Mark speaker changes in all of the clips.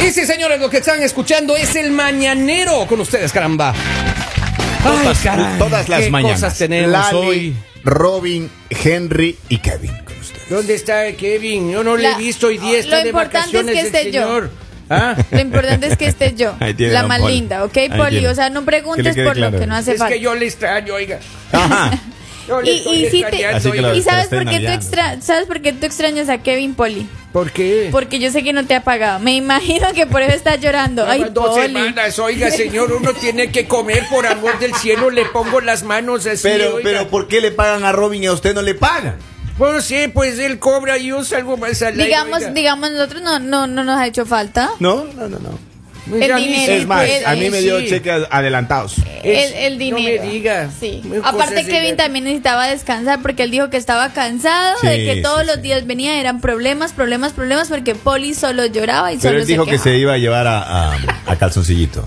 Speaker 1: Sí, sí, señores, lo que están escuchando es el mañanero con ustedes, caramba. Ay,
Speaker 2: Todas-
Speaker 1: caray,
Speaker 2: todas las
Speaker 1: qué
Speaker 2: mañanas.
Speaker 1: cosas tenemos hoy.
Speaker 2: Lali, Robin, Henry y Kevin con ustedes.
Speaker 1: ¿Dónde está el Kevin? Yo no le
Speaker 3: La-
Speaker 1: he visto hoy día. Está
Speaker 3: lo
Speaker 1: de
Speaker 3: importante es
Speaker 1: vacaciones
Speaker 3: que
Speaker 1: el
Speaker 3: esté yo.
Speaker 1: señor. ¿Ah?
Speaker 3: Lo importante es que esté yo,
Speaker 2: Ahí tiene
Speaker 3: la
Speaker 2: don
Speaker 3: más
Speaker 2: Poli.
Speaker 3: linda, ¿ok,
Speaker 2: Ahí
Speaker 3: Poli?
Speaker 2: tiene.
Speaker 3: O sea, no preguntes
Speaker 2: Que le quede
Speaker 3: por
Speaker 2: claro.
Speaker 3: lo que no hace
Speaker 1: Es
Speaker 3: falta.
Speaker 1: que yo le extraño, oiga.
Speaker 2: Ajá.
Speaker 1: Yo le
Speaker 3: Y,
Speaker 1: estoy
Speaker 3: y sí te-
Speaker 1: extrañando,
Speaker 2: Así que
Speaker 1: oiga.
Speaker 2: la-
Speaker 3: ¿y sabes
Speaker 2: que la
Speaker 3: por qué tú
Speaker 2: estén
Speaker 3: extra, sabes por qué tú extrañas a Kevin Poli?
Speaker 1: ¿Por qué?
Speaker 3: Porque yo sé que no te ha pagado. Me imagino que por eso estás llorando. Ay,
Speaker 1: Llevan dos
Speaker 3: Poli.
Speaker 1: semanas, oiga, señor, uno tiene que comer, por amor del cielo, le pongo las manos así.
Speaker 4: Pero,
Speaker 1: oiga.
Speaker 4: pero ¿por qué le pagan a Robin y a usted no le pagan?
Speaker 1: Bueno, sí, pues él cobra y yo salgo más al aire, oiga.
Speaker 3: Digamos, digamos nosotros no, no, no nos ha hecho falta.
Speaker 4: No, no, no, no.
Speaker 1: Pues
Speaker 3: el
Speaker 1: a mí
Speaker 3: dinero.
Speaker 1: sí,
Speaker 4: Es más,
Speaker 3: el-
Speaker 4: a mí me dio
Speaker 1: sí.
Speaker 4: cheques adelantados.
Speaker 1: Es-
Speaker 3: el, el
Speaker 1: no me
Speaker 3: dinero.
Speaker 1: diga.
Speaker 3: Sí.
Speaker 1: Muy
Speaker 3: Aparte
Speaker 1: cosas de
Speaker 3: Kevin
Speaker 1: la-
Speaker 3: también necesitaba descansar porque él dijo que estaba cansado de
Speaker 4: Sí,
Speaker 3: que
Speaker 4: sí,
Speaker 3: todos los
Speaker 4: sí.
Speaker 3: días venía eran problemas, problemas, problemas porque Poli solo lloraba y
Speaker 4: Pero
Speaker 3: solo
Speaker 4: él dijo
Speaker 3: se
Speaker 4: que
Speaker 3: quejaba.
Speaker 4: se iba a llevar a, a, a calzoncillito.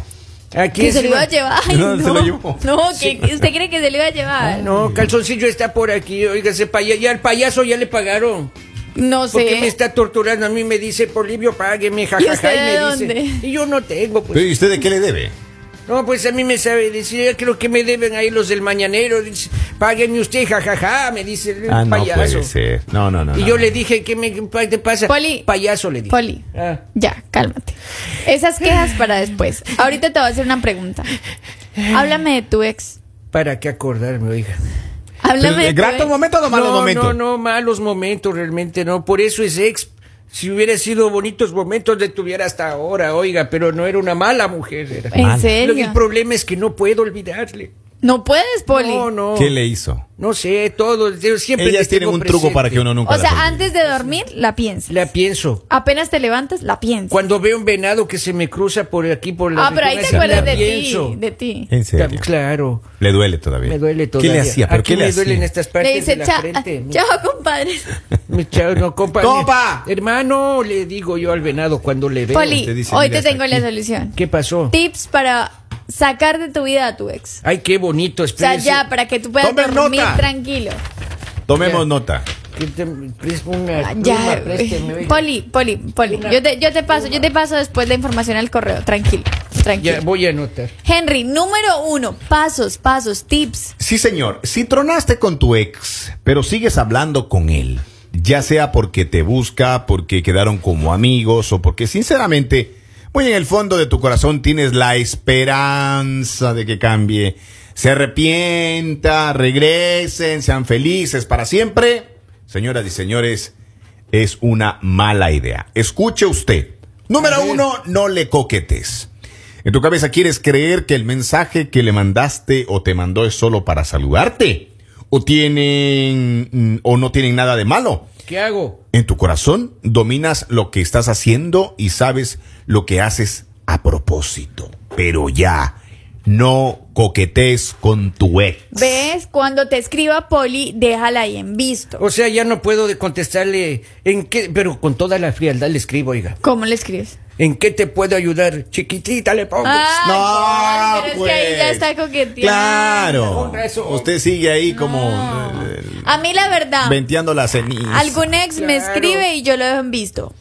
Speaker 1: Pues Aquí
Speaker 3: que
Speaker 1: es
Speaker 3: se lo
Speaker 1: una-
Speaker 3: iba a llevar. Ay,
Speaker 4: No,
Speaker 3: no,
Speaker 4: se lo llevó.
Speaker 3: No, que usted cree que se lo iba a llevar. no.
Speaker 1: Ah, No, calzoncillo está por aquí, oiga, ese paya- ya al payaso ya le pagaron.
Speaker 3: sé.
Speaker 1: Porque me está torturando? A mí me dice, Polibio, págueme, jajaja.
Speaker 3: ¿Y usted
Speaker 1: y me
Speaker 3: de dónde?
Speaker 1: dice, y yo no tengo, pues.
Speaker 4: Pero ¿y usted de qué le debe?
Speaker 1: No, pues a mí me sabe decir, yo creo que me deben ahí los del mañanero. Dice, páguenme usted, jajaja, me dice el
Speaker 4: Ah, no
Speaker 1: payaso.
Speaker 4: puede ser. No, no, no.
Speaker 1: Pues y
Speaker 4: no,
Speaker 1: yo
Speaker 4: no.
Speaker 1: le dije, ¿qué me qué te pasa?
Speaker 3: Poli.
Speaker 1: Payaso le dije.
Speaker 3: Poli.
Speaker 1: Ah.
Speaker 3: Ya, cálmate. Esas quejas para después. Ahorita te voy a hacer una pregunta. Háblame de tu ex.
Speaker 1: Para qué acordarme, oiga.
Speaker 3: Háblame de tu
Speaker 4: ¿Gratos
Speaker 3: ex.
Speaker 4: momentos o malos
Speaker 1: no,
Speaker 4: momentos?
Speaker 1: No, no, malos momentos realmente, no. Por eso es ex. Si hubiera sido bonitos momentos, le tuviera hasta ahora, oiga, pero no era una mala mujer. Era.
Speaker 3: ¿En
Speaker 1: Lo- el
Speaker 3: serio?
Speaker 1: problema es que no puedo olvidarle.
Speaker 3: No puedes, Poli.
Speaker 1: No, no.
Speaker 4: ¿Qué le hizo?
Speaker 1: No sé, todo. yo siempre
Speaker 4: Ellas
Speaker 1: les
Speaker 4: tienen
Speaker 1: tengo
Speaker 4: un truco para que
Speaker 1: presente.
Speaker 4: uno nunca
Speaker 3: o
Speaker 4: las
Speaker 3: sea,
Speaker 4: olvide.
Speaker 3: antes de dormir, la piensas.
Speaker 1: La pienso.
Speaker 3: Apenas te levantas, la piensas.
Speaker 1: Cuando veo un venado que se me cruza por aquí, por la.
Speaker 3: ah, pero ahí te
Speaker 1: vecina,
Speaker 3: acuerdas
Speaker 1: la
Speaker 3: de ti.
Speaker 1: pienso.
Speaker 3: De ti.
Speaker 4: En serio.
Speaker 1: Claro,
Speaker 4: Le duele todavía.
Speaker 1: me duele todavía.
Speaker 4: ¿Qué le hacía? ¿Pero
Speaker 1: Aquí
Speaker 4: qué le
Speaker 1: me
Speaker 4: hacía?
Speaker 1: duelen estas partes
Speaker 3: Le dice,
Speaker 1: de la
Speaker 3: "Cha-
Speaker 1: frente.
Speaker 3: chao, compadre.
Speaker 1: Mi chavo, no, compa.
Speaker 4: ¡Compa!
Speaker 1: Hermano, le digo yo al venado cuando le veo.
Speaker 3: Poli,
Speaker 4: Usted dice,
Speaker 3: hoy
Speaker 4: "Mira,
Speaker 3: te
Speaker 4: hasta
Speaker 3: tengo la
Speaker 4: aquí".
Speaker 3: solución.
Speaker 1: ¿Qué pasó?
Speaker 3: Tips para sacar de tu vida a tu ex.
Speaker 1: Ay, qué bonito,
Speaker 3: O sea,
Speaker 1: espérese.
Speaker 3: ya, para que tú puedas
Speaker 4: Tomen
Speaker 3: dormir
Speaker 4: nota.
Speaker 3: tranquilo.
Speaker 4: Tomemos nota.
Speaker 1: Que te- pres- una
Speaker 3: Ah,
Speaker 1: pluma,
Speaker 3: Ya.
Speaker 1: présteme, oiga.
Speaker 3: Poli, poli, poli. Yo te, yo te paso, yo te paso después la información al correo. Tranquilo,
Speaker 1: Ya,
Speaker 3: tranquilo.
Speaker 1: voy a anotar.
Speaker 3: Henry, número uno, pasos, pasos, tips.
Speaker 4: Sí, señor. Si tronaste con tu ex, pero sigues hablando con él, ya sea porque te busca, porque quedaron como amigos o porque sinceramente, muy en el fondo de tu corazón tienes la esperanza de que cambie, se arrepienta, regresen, sean felices para siempre. Señoras y señores, es una mala idea. Escuche usted. Número uno, no le coquetes. En tu cabeza quieres creer que el mensaje que le mandaste o te mandó es solo para saludarte. O tienen mm, o no tienen nada de malo.
Speaker 1: ¿Qué hago?
Speaker 4: En tu corazón dominas lo que estás haciendo y sabes lo que haces a propósito. Pero ya, no coquetees con tu ex.
Speaker 3: ¿Ves? Cuando te escriba Poli, déjala ahí en visto.
Speaker 1: O sea, ya no puedo de contestarle en qué, pero con toda la frialdad le escribo, oiga.
Speaker 3: ¿Cómo le escribes?
Speaker 1: ¿En qué te puedo ayudar? Chiquitita le pongo.
Speaker 3: Ay,
Speaker 4: no,
Speaker 3: Poli, pero
Speaker 4: pues.
Speaker 3: es que ahí ya está coqueteando.
Speaker 4: Claro.
Speaker 1: Con razón.
Speaker 4: Usted sigue ahí como
Speaker 3: No.
Speaker 4: eh,
Speaker 3: A mí la verdad,
Speaker 4: venteando la ceniza.
Speaker 3: algún ex me
Speaker 1: Claro.
Speaker 3: escribe y yo lo dejo en visto.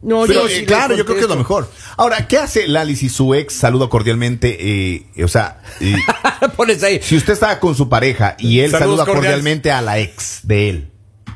Speaker 1: No,
Speaker 4: Pero,
Speaker 1: sí
Speaker 4: eh,
Speaker 1: le
Speaker 4: claro, yo creo que es
Speaker 1: contesto.
Speaker 4: lo mejor. Ahora, ¿qué hace Lali si su ex saluda cordialmente? eh, eh, o sea, eh,
Speaker 1: Pones ahí.
Speaker 4: si usted está con su pareja y él
Speaker 2: Saludos
Speaker 4: saluda
Speaker 2: cordiales.
Speaker 4: cordialmente a la ex de él,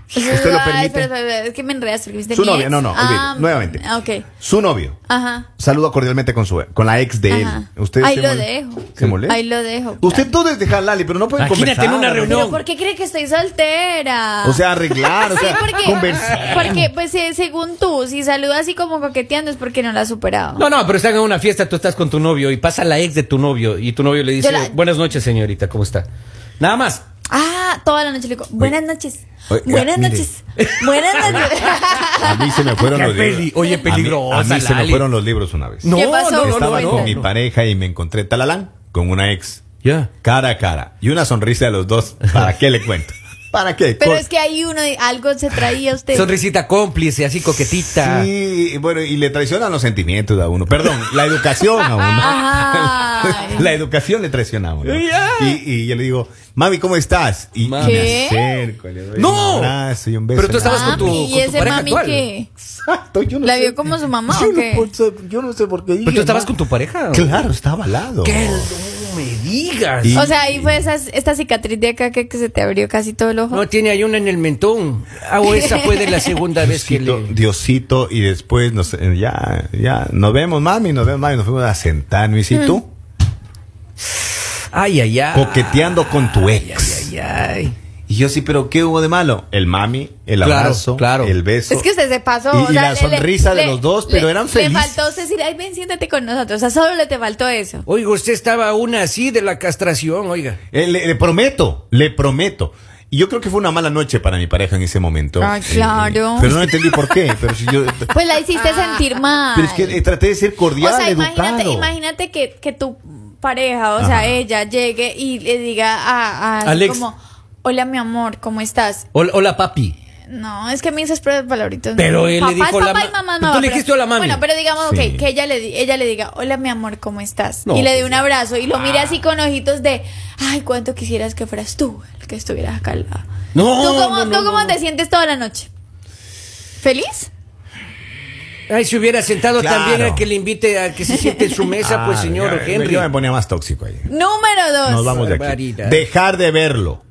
Speaker 4: ¿usted lo
Speaker 3: Ay, pero,
Speaker 4: permite?
Speaker 3: pero, es que me enredas porque viste
Speaker 4: Su
Speaker 3: mi
Speaker 4: novia,
Speaker 3: ex.
Speaker 4: no, no, olvide,
Speaker 3: Ah,
Speaker 4: nuevamente.
Speaker 3: ah, Ok.
Speaker 4: Su novio
Speaker 3: Ajá.
Speaker 4: saluda cordialmente con su con la ex de
Speaker 3: Ajá.
Speaker 4: él. ¿Usted
Speaker 3: Ahí
Speaker 4: se
Speaker 3: lo
Speaker 4: mol-
Speaker 3: dejo.
Speaker 4: ¿Se molesta?
Speaker 3: Ahí lo dejo.
Speaker 4: Usted
Speaker 3: claro.
Speaker 4: todo es dejar a Lali, pero no pueden
Speaker 1: Imagínate en
Speaker 4: conversar.
Speaker 1: una reunión.
Speaker 3: ¿Pero por qué cree que estoy soltera?
Speaker 4: O sea, arreglar, o
Speaker 3: Sí,
Speaker 4: sea,
Speaker 3: porque,
Speaker 4: conversar.
Speaker 3: porque pues eh, según tú, si saludas así como coqueteando es porque no la has superado.
Speaker 5: No, no, pero están en una fiesta, tú estás con tu novio y pasa la ex de tu novio y tu novio le dice,
Speaker 3: Yo la-
Speaker 5: buenas noches señorita, ¿cómo está? Nada más.
Speaker 3: Ah, toda la noche le digo, buenas noches.
Speaker 4: Oye,
Speaker 3: buenas
Speaker 4: mire.
Speaker 3: noches. Buenas noches.
Speaker 4: A mí se me fueron
Speaker 5: Qué
Speaker 4: los libros.
Speaker 5: peli- oye,
Speaker 4: A mí- A mí,
Speaker 5: peligrosa,
Speaker 4: se me
Speaker 5: Lali.
Speaker 4: fueron los libros una vez.
Speaker 5: No,
Speaker 3: ¿Qué pasó?
Speaker 5: no, no,
Speaker 4: Estaba
Speaker 5: no,
Speaker 4: con
Speaker 5: no.
Speaker 4: mi pareja y me encontré talalán con una ex.
Speaker 5: Ya.
Speaker 4: Cara a cara. Y una sonrisa de los dos. ¿Para qué le cuento? ¿Para qué?
Speaker 3: Pero
Speaker 4: Cor-
Speaker 3: es que ahí uno, algo se traía a usted.
Speaker 5: Sonrisita cómplice, así coquetita.
Speaker 4: Sí, bueno, y le traicionan los sentimientos a uno. Perdón, la educación a uno.
Speaker 3: Ajá. Ay.
Speaker 4: La educación le traicionaba. ¿no?
Speaker 1: Ya.
Speaker 4: Y, y yo le digo, mami, ¿cómo estás? Y, y me
Speaker 5: Mami.
Speaker 3: ¿Qué?
Speaker 4: acerco, le doy
Speaker 1: ¡No!
Speaker 4: un abrazo y un beso.
Speaker 1: Pero tú estabas con tu-
Speaker 3: Mami, ¿y
Speaker 1: con tu
Speaker 3: ese
Speaker 1: pareja
Speaker 3: mami
Speaker 1: actual?
Speaker 3: qué?
Speaker 4: Exacto, yo no
Speaker 3: ¿La
Speaker 4: sé.
Speaker 3: vio como su mamá
Speaker 4: yo
Speaker 3: o qué?
Speaker 4: No, por- yo no sé por qué dije.
Speaker 1: Pues
Speaker 5: ¿Pero tú estabas
Speaker 4: ¿no?
Speaker 5: con tu pareja?
Speaker 4: Ah, Claro, estaba al lado.
Speaker 1: ¿Qué? No me digas.
Speaker 4: Y-
Speaker 3: O sea, ahí fue esas- esta cicatriz de acá que, que se te abrió casi todo el ojo.
Speaker 1: No tiene hay una en el mentón. Ah, o esa fue de la segunda vez que
Speaker 4: Diosito,
Speaker 1: le.
Speaker 4: Diosito, y después nos, eh, ya, ya, nos vemos, mami, nos vemos, mami, nos fuimos a sentar, Luis, y tú,
Speaker 1: Ay, ay, ay.
Speaker 4: coqueteando con tu
Speaker 1: Ay,
Speaker 4: ex.
Speaker 1: ay, ay.
Speaker 4: Y yo sí, pero ¿qué hubo de malo? El mami, el
Speaker 5: Claro,
Speaker 4: abrazo,
Speaker 5: claro.
Speaker 4: el beso.
Speaker 3: Es que usted se pasó.
Speaker 4: Y,
Speaker 3: o
Speaker 4: y
Speaker 3: sea,
Speaker 4: la
Speaker 3: le-
Speaker 4: sonrisa de
Speaker 3: le-
Speaker 4: los dos, pero
Speaker 3: le-
Speaker 4: eran
Speaker 3: Le
Speaker 4: felices.
Speaker 3: faltó decir, ay, ven, siéntate con nosotros. O sea, solo le te faltó eso.
Speaker 1: Oiga, usted estaba una así de la castración, oiga.
Speaker 4: Eh, le, le prometo, le prometo. Y yo creo que fue una mala noche para mi pareja en ese momento.
Speaker 3: Ah,
Speaker 4: Eh,
Speaker 3: claro.
Speaker 4: pero no entendí por qué. Pero, si yo- pero
Speaker 3: Pues la hiciste sentir mal.
Speaker 4: es que eh, traté de ser
Speaker 3: o
Speaker 4: cordial,
Speaker 3: sea, imagínate,
Speaker 4: educado.
Speaker 3: imagínate que, que tu pareja, o sea,
Speaker 4: Ajá.
Speaker 3: ella llegue y le diga a, a- así
Speaker 5: Alex.
Speaker 3: como, hola mi amor, ¿cómo estás?
Speaker 5: Hola, hola, papi.
Speaker 3: No, es que me dices propias palabritas.
Speaker 5: Pero él le
Speaker 3: Papá es
Speaker 5: dijo la
Speaker 3: papá y
Speaker 5: ma-
Speaker 3: mamá
Speaker 5: Pero
Speaker 3: es
Speaker 5: tú
Speaker 3: mamá,
Speaker 5: le
Speaker 3: pero-
Speaker 5: dijiste hola, mami.
Speaker 3: Bueno, pero digamos
Speaker 4: Sí.
Speaker 3: que, que ella le di- ella le diga, "Hola mi amor, ¿cómo estás?"
Speaker 5: No,
Speaker 3: y le dé
Speaker 5: pues Ah.
Speaker 3: un abrazo y lo mire así con ojitos de, "Ay, cuánto quisieras que fueras tú el que estuvieras acá al lado."
Speaker 5: No,
Speaker 3: ¿Tú cómo,
Speaker 5: no, no,
Speaker 3: tú
Speaker 5: no,
Speaker 3: cómo
Speaker 5: no.
Speaker 3: te sientes toda la noche? ¿Feliz?
Speaker 1: Ay, si hubiera sentado
Speaker 4: Claro.
Speaker 1: también a que le invite a que se siente en su mesa, pues
Speaker 4: Ah,
Speaker 1: señor
Speaker 4: yo-
Speaker 1: Henry.
Speaker 4: Yo me ponía más tóxico ahí.
Speaker 3: Número dos.
Speaker 4: Nos vamos de aquí.
Speaker 1: Barbaridad.
Speaker 4: Dejar de verlo.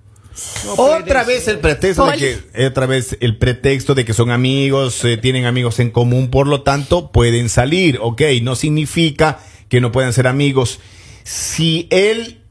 Speaker 1: No puede
Speaker 4: Otra
Speaker 1: ser.
Speaker 4: vez el pretexto de
Speaker 3: Poli.
Speaker 4: que eh, otra vez el pretexto de que son amigos, eh, tienen amigos en común, por lo tanto pueden salir, ok, no significa que no puedan ser amigos. Si él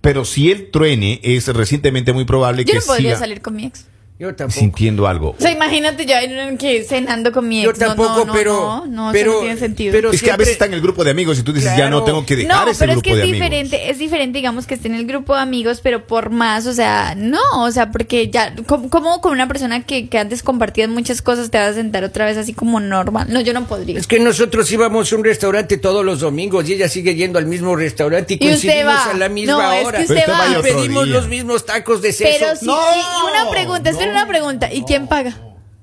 Speaker 4: pero si él truene es recientemente muy probable
Speaker 3: Yo
Speaker 4: que
Speaker 3: no podría
Speaker 4: siga
Speaker 3: salir con mi ex.
Speaker 1: Yo tampoco.
Speaker 4: sintiendo algo.
Speaker 3: O sea, imagínate yo en- que cenando con mi
Speaker 1: Yo
Speaker 3: ex. No,
Speaker 1: tampoco,
Speaker 3: no, no,
Speaker 1: pero-
Speaker 3: No, no,
Speaker 1: pero-
Speaker 3: eso no tiene sentido.
Speaker 1: pero
Speaker 4: es que a
Speaker 1: siempre-
Speaker 4: veces está en el grupo de amigos y tú dices, ya
Speaker 1: Claro.
Speaker 4: no tengo que dejar
Speaker 3: no,
Speaker 4: ese
Speaker 3: pero es
Speaker 4: grupo
Speaker 3: que es
Speaker 4: de amigos.
Speaker 3: diferente, es diferente, digamos, que esté en el grupo de amigos, pero por más, o sea, no, o sea, porque ya, como, como con una persona que, que antes compartías muchas cosas, te vas a sentar otra vez así como normal. No, yo no podría.
Speaker 1: Es que nosotros íbamos a un restaurante todos los domingos y ella sigue yendo al mismo restaurante y,
Speaker 3: Y usted
Speaker 1: coincidimos
Speaker 3: va.
Speaker 1: a la misma
Speaker 3: No, es que
Speaker 1: hora.
Speaker 3: usted
Speaker 4: Pero usted va. vaya
Speaker 1: Y
Speaker 4: otro
Speaker 1: pedimos
Speaker 4: día.
Speaker 1: los mismos tacos de seso.
Speaker 3: pero sí,
Speaker 4: no,
Speaker 3: y- y una pregunta, espera una pregunta, ¿y quién paga?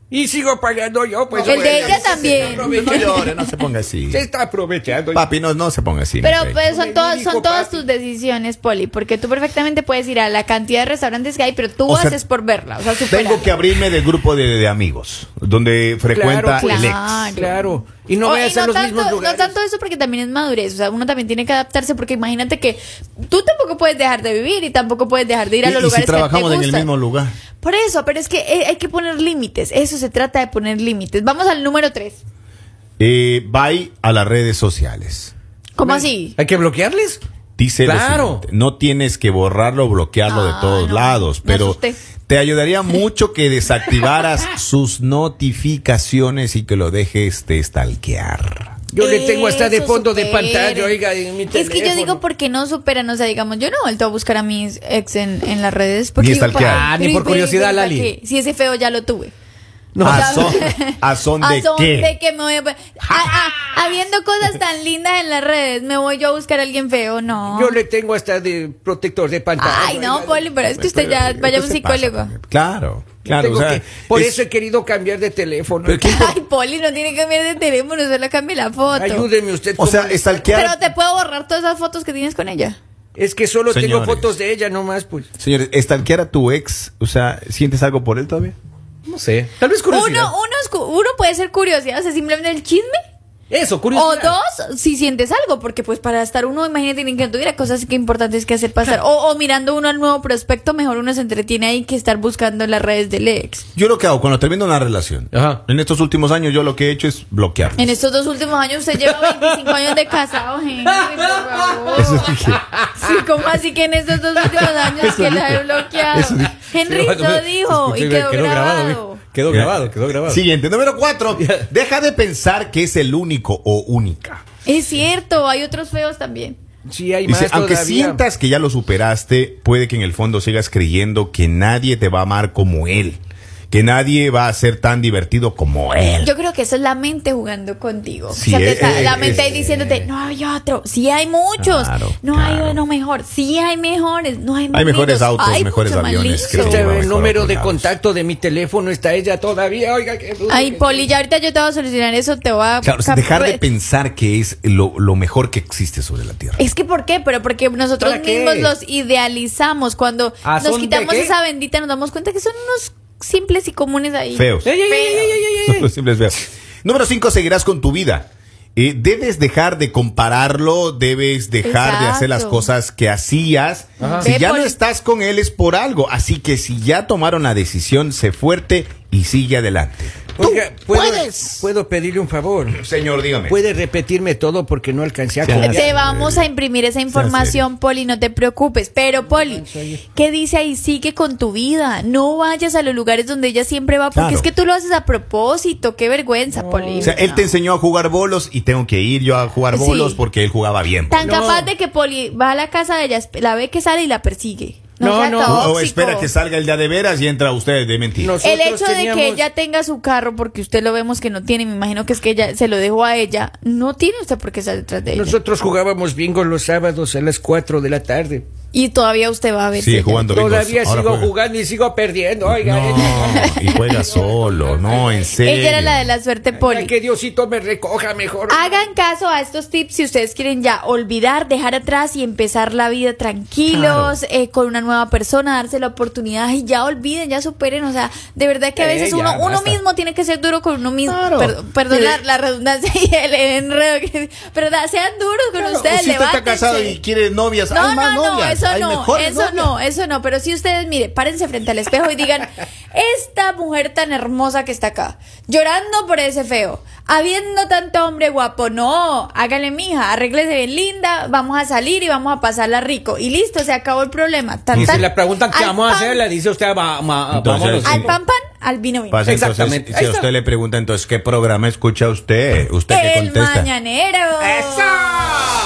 Speaker 1: Y sigo pagando yo, pues.
Speaker 3: El
Speaker 1: bueno,
Speaker 3: de ella
Speaker 1: se está
Speaker 3: también.
Speaker 1: aprovechando.
Speaker 4: No llore, no se ponga así.
Speaker 1: Se está aprovechando.
Speaker 4: Papi, no, no se ponga así. mi
Speaker 3: Pero
Speaker 4: rey.
Speaker 3: pues
Speaker 1: Me
Speaker 3: son todas,
Speaker 1: dijo
Speaker 3: son todas
Speaker 1: papi.
Speaker 3: tus decisiones, Poli, porque tú perfectamente puedes ir a la cantidad de restaurantes que hay, pero tú
Speaker 4: O sea,
Speaker 3: haces por verla, o sea, superarla.
Speaker 4: Tengo que abrirme del grupo de, de amigos, donde frecuenta
Speaker 1: pues.
Speaker 4: el ex.
Speaker 3: Claro. Ah,
Speaker 1: Claro. Y no
Speaker 3: Oh,
Speaker 1: vayas a los
Speaker 3: tanto,
Speaker 1: mismos
Speaker 3: no
Speaker 1: lugares.
Speaker 3: tanto eso porque también es madurez, o sea, uno también tiene que adaptarse porque imagínate que tú tampoco puedes dejar de vivir y tampoco puedes dejar de ir a
Speaker 4: Y-
Speaker 3: los
Speaker 4: y
Speaker 3: lugares
Speaker 4: si trabajamos
Speaker 3: que te
Speaker 4: en el
Speaker 3: gustan.
Speaker 4: mismo lugar.
Speaker 3: Por eso, pero es que eh, hay que poner límites, eso se trata de poner límites. Vamos al número 3.
Speaker 4: Eh, bye a las redes sociales.
Speaker 3: ¿Cómo así?
Speaker 5: ¿Hay que bloquearles?
Speaker 4: Dice lo
Speaker 5: Claro.
Speaker 4: siguiente, no tienes que borrarlo o bloquearlo de
Speaker 3: Ah,
Speaker 4: todos
Speaker 3: no,
Speaker 4: lados,
Speaker 3: me
Speaker 4: pero
Speaker 3: asusté.
Speaker 4: te ayudaría mucho que desactivaras sus notificaciones y que lo dejes de stalkear.
Speaker 1: Yo le tengo hasta de
Speaker 3: Eso
Speaker 1: fondo de
Speaker 3: superen.
Speaker 1: pantalla, oiga, en mi
Speaker 3: Es que yo digo,
Speaker 1: teléfono.
Speaker 3: ¿por qué no superan? O sea, digamos, yo no he vuelto a buscar a mis ex en, en las redes. Porque
Speaker 4: Ni
Speaker 3: digo,
Speaker 4: stalkear.
Speaker 3: ¿para-
Speaker 5: Ah, ni
Speaker 3: pero-
Speaker 5: por
Speaker 3: pero-
Speaker 5: curiosidad,
Speaker 3: pero ¿para
Speaker 5: Lali.
Speaker 3: qué? Si ese feo ya lo tuve.
Speaker 4: No,
Speaker 3: O sea,
Speaker 4: ¿A, son, ¿A son de
Speaker 3: ¿a son
Speaker 4: qué?
Speaker 3: de qué me voy a... poner? Ah, ah, habiendo cosas tan lindas en las redes, ¿me voy yo a buscar a alguien feo? No.
Speaker 1: Yo le tengo hasta de protector de pantalla.
Speaker 3: Ay, no,
Speaker 1: oiga.
Speaker 3: Poli, pero es que usted Este, ya
Speaker 4: Pero,
Speaker 3: vaya a
Speaker 4: ¿qué
Speaker 3: un
Speaker 4: se pasa?
Speaker 3: psicólogo.
Speaker 4: Claro, claro.
Speaker 1: Tengo
Speaker 4: o sea,
Speaker 1: que- por
Speaker 4: es-
Speaker 1: eso he querido cambiar de teléfono.
Speaker 4: Pero ¿qué
Speaker 3: Ay, Poli, no tiene que cambiar de teléfono, solo cambie la foto.
Speaker 1: Ayúdeme usted.
Speaker 4: o
Speaker 1: ¿cómo
Speaker 4: sea,
Speaker 1: le-
Speaker 4: stalkear...
Speaker 3: Pero te puedo borrar todas esas fotos que tienes con ella.
Speaker 1: es que solo tengo
Speaker 4: Señores.
Speaker 1: fotos de ella nomás, pues.
Speaker 4: Señores, ¿estalquear a tu ex? O sea, ¿sientes algo por él todavía?
Speaker 5: No sé. Tal vez
Speaker 3: Uno,
Speaker 5: curiosidad.
Speaker 3: uno, es cu- uno puede ser curiosidad, o sea, simplemente el chisme.
Speaker 5: Eso, curiosidad.
Speaker 3: O dos, si sientes algo, porque pues para estar uno, imagínate tienen que tuviera cosas que importantes que hacer pasar. O, o mirando uno al nuevo prospecto, mejor uno se entretiene ahí que estar buscando en las redes del ex.
Speaker 4: Yo lo que hago cuando termino una relación,
Speaker 5: Ajá.
Speaker 4: en estos últimos años yo lo que he hecho es bloquear.
Speaker 3: En estos dos últimos años usted lleva 25 años de casado, Henry, por favor.
Speaker 4: Eso dije.
Speaker 3: Sí, ¿cómo así que en estos dos últimos años que la he bloqueado?
Speaker 4: Eso dije.
Speaker 3: Henry
Speaker 5: Sí,
Speaker 3: lo
Speaker 5: bueno,
Speaker 3: dijo y
Speaker 5: escuché,
Speaker 3: quedó, grabado.
Speaker 5: viejo. Quedó grabado, quedó grabado.
Speaker 4: Siguiente, número cuatro. Deja de pensar que es el único o única.
Speaker 3: Es cierto, hay otros feos también.
Speaker 1: Sí, hay
Speaker 4: Dice,
Speaker 1: más
Speaker 4: aunque
Speaker 1: todavía.
Speaker 4: sientas que ya lo superaste, puede que en el fondo sigas creyendo que nadie te va a amar como él, que que nadie va a ser tan divertido como él.
Speaker 3: Yo creo que eso es la mente jugando contigo.
Speaker 4: Sí,
Speaker 3: o sea, te
Speaker 4: eh,
Speaker 3: está-
Speaker 4: eh,
Speaker 3: la mente ahí
Speaker 4: eh.
Speaker 3: diciéndote, no hay otro, sí hay muchos,
Speaker 4: Claro,
Speaker 3: no
Speaker 4: claro.
Speaker 3: hay uno mejor, sí hay mejores, no hay, más
Speaker 4: Hay mejores
Speaker 3: lindos,
Speaker 4: autos,
Speaker 3: hay
Speaker 4: mejores
Speaker 3: mucho más
Speaker 4: aviones que
Speaker 3: lindo".
Speaker 1: Este
Speaker 4: Sí, vamos
Speaker 1: el
Speaker 4: por
Speaker 1: número
Speaker 4: otros
Speaker 1: de
Speaker 4: lados.
Speaker 1: contacto de mi teléfono está ella todavía. Oiga, que dudo
Speaker 3: Ay,
Speaker 1: que-
Speaker 3: Poli, ya ahorita yo te voy a solucionar eso, te voy a...
Speaker 4: Claro, o sea, dejar de pensar que es lo, lo mejor que existe sobre la Tierra.
Speaker 3: Es que ¿por qué? Pero porque nosotros
Speaker 1: ¿Para qué?
Speaker 3: mismos los idealizamos. Cuando
Speaker 1: Ah,
Speaker 3: nos
Speaker 1: ¿son de
Speaker 3: quitamos
Speaker 1: qué?
Speaker 3: esa bendita nos damos cuenta que son unos simples y comunes ahí.
Speaker 4: Feos.
Speaker 1: Ey, ey, ey, ey, ey, ey, ey.
Speaker 4: Los simples feos. Número 5, seguirás con tu vida. Eh, debes dejar de compararlo, debes dejar de hacer las
Speaker 3: Exacto.
Speaker 4: cosas que hacías. Si
Speaker 3: Ve
Speaker 4: ya
Speaker 3: por-
Speaker 4: no estás con él es por algo, así que si ya tomaron la decisión, sé fuerte y sigue adelante. Tú
Speaker 1: Oiga, ¿puedo,
Speaker 4: puedes.
Speaker 1: puedo pedirle un favor.
Speaker 4: Señor, dígame.
Speaker 3: Pues,
Speaker 1: Puede repetirme todo porque no alcancé a
Speaker 4: Sí,
Speaker 1: copiar.
Speaker 3: Te vamos a imprimir esa información, Poli, no te preocupes. Pero, Poli, ¿qué dice ahí? Sigue con tu vida. No vayas a los lugares donde ella siempre va, porque
Speaker 4: Claro.
Speaker 3: es que tú lo haces a propósito. Qué vergüenza, Poli.
Speaker 4: O sea, él te enseñó a jugar bolos y tengo que ir yo a jugar
Speaker 3: Sí.
Speaker 4: bolos porque él jugaba bien.
Speaker 3: Tan
Speaker 1: No.
Speaker 3: capaz de que Poli va a la casa de ella, la ve que sale y la persigue.
Speaker 1: No,
Speaker 3: No, sea
Speaker 1: no.
Speaker 4: O
Speaker 3: tóxico.
Speaker 4: espera que salga el día de veras y entra usted de mentira.
Speaker 1: Nos-
Speaker 3: El
Speaker 1: Nosotros
Speaker 3: hecho de
Speaker 1: teníamos-
Speaker 3: que ella tenga su carro, porque usted lo vemos que no tiene, me imagino que es que ella se lo dejó a ella, no tiene usted por qué estar detrás de ella.
Speaker 1: Nosotros jugábamos bingo los sábados a las 4 de la tarde.
Speaker 3: Y todavía usted va a ver.
Speaker 4: Sigue
Speaker 3: si ella-
Speaker 4: jugando bingos.
Speaker 1: Todavía
Speaker 4: Ahora
Speaker 1: sigo
Speaker 4: juega.
Speaker 1: jugando y sigo perdiendo. Oiga, eh,
Speaker 4: No, y juega solo, no, en serio.
Speaker 3: Ella era la de la suerte,
Speaker 1: Para
Speaker 3: Poli.
Speaker 1: que Diosito me recoja mejor.
Speaker 3: Hagan caso a estos tips si ustedes quieren ya olvidar, dejar atrás y empezar la vida tranquilos, eh, con una nueva persona, darse la oportunidad y ya olviden, ya superen. O sea, de verdad que a
Speaker 1: Eh,
Speaker 3: veces
Speaker 1: ya,
Speaker 3: uno, uno
Speaker 1: basta.
Speaker 3: mismo tiene que ser duro con uno mismo.
Speaker 4: Claro.
Speaker 3: Per- perdón la, la redundancia y el enredo. que- Pero da- sean duros con
Speaker 4: Claro,
Speaker 3: ustedes.
Speaker 4: si usted está
Speaker 3: levántense.
Speaker 4: casado y quiere novias,
Speaker 3: No,
Speaker 4: hay más
Speaker 3: no, no,
Speaker 4: novias,
Speaker 3: eso
Speaker 4: hay
Speaker 3: no,
Speaker 4: mejores
Speaker 3: eso
Speaker 4: novias.
Speaker 3: no, eso no. Pero si ustedes, mire, párense frente al espejo y digan, esta mujer tan hermosa que está acá, llorando por ese feo, habiendo tanto hombre guapo, no, hágale mija, arréglese bien linda, vamos a salir y vamos a pasarla rico. Y listo, se acabó el problema. Tan,
Speaker 1: Y si
Speaker 3: tan.
Speaker 1: le preguntan qué
Speaker 3: Al
Speaker 1: vamos a
Speaker 3: pan,
Speaker 1: hacer, le dice usted, va, ma-
Speaker 4: Entonces,
Speaker 1: vámonos.
Speaker 3: Al pan pan, al vino vino.
Speaker 4: Pasa, entonces,
Speaker 1: Exactamente.
Speaker 4: si
Speaker 1: Ahí
Speaker 4: a
Speaker 1: está.
Speaker 4: usted le pregunta, entonces, ¿qué programa escucha usted? Usted que
Speaker 3: El
Speaker 4: contesta.
Speaker 3: mañanero.
Speaker 1: ¡Eso!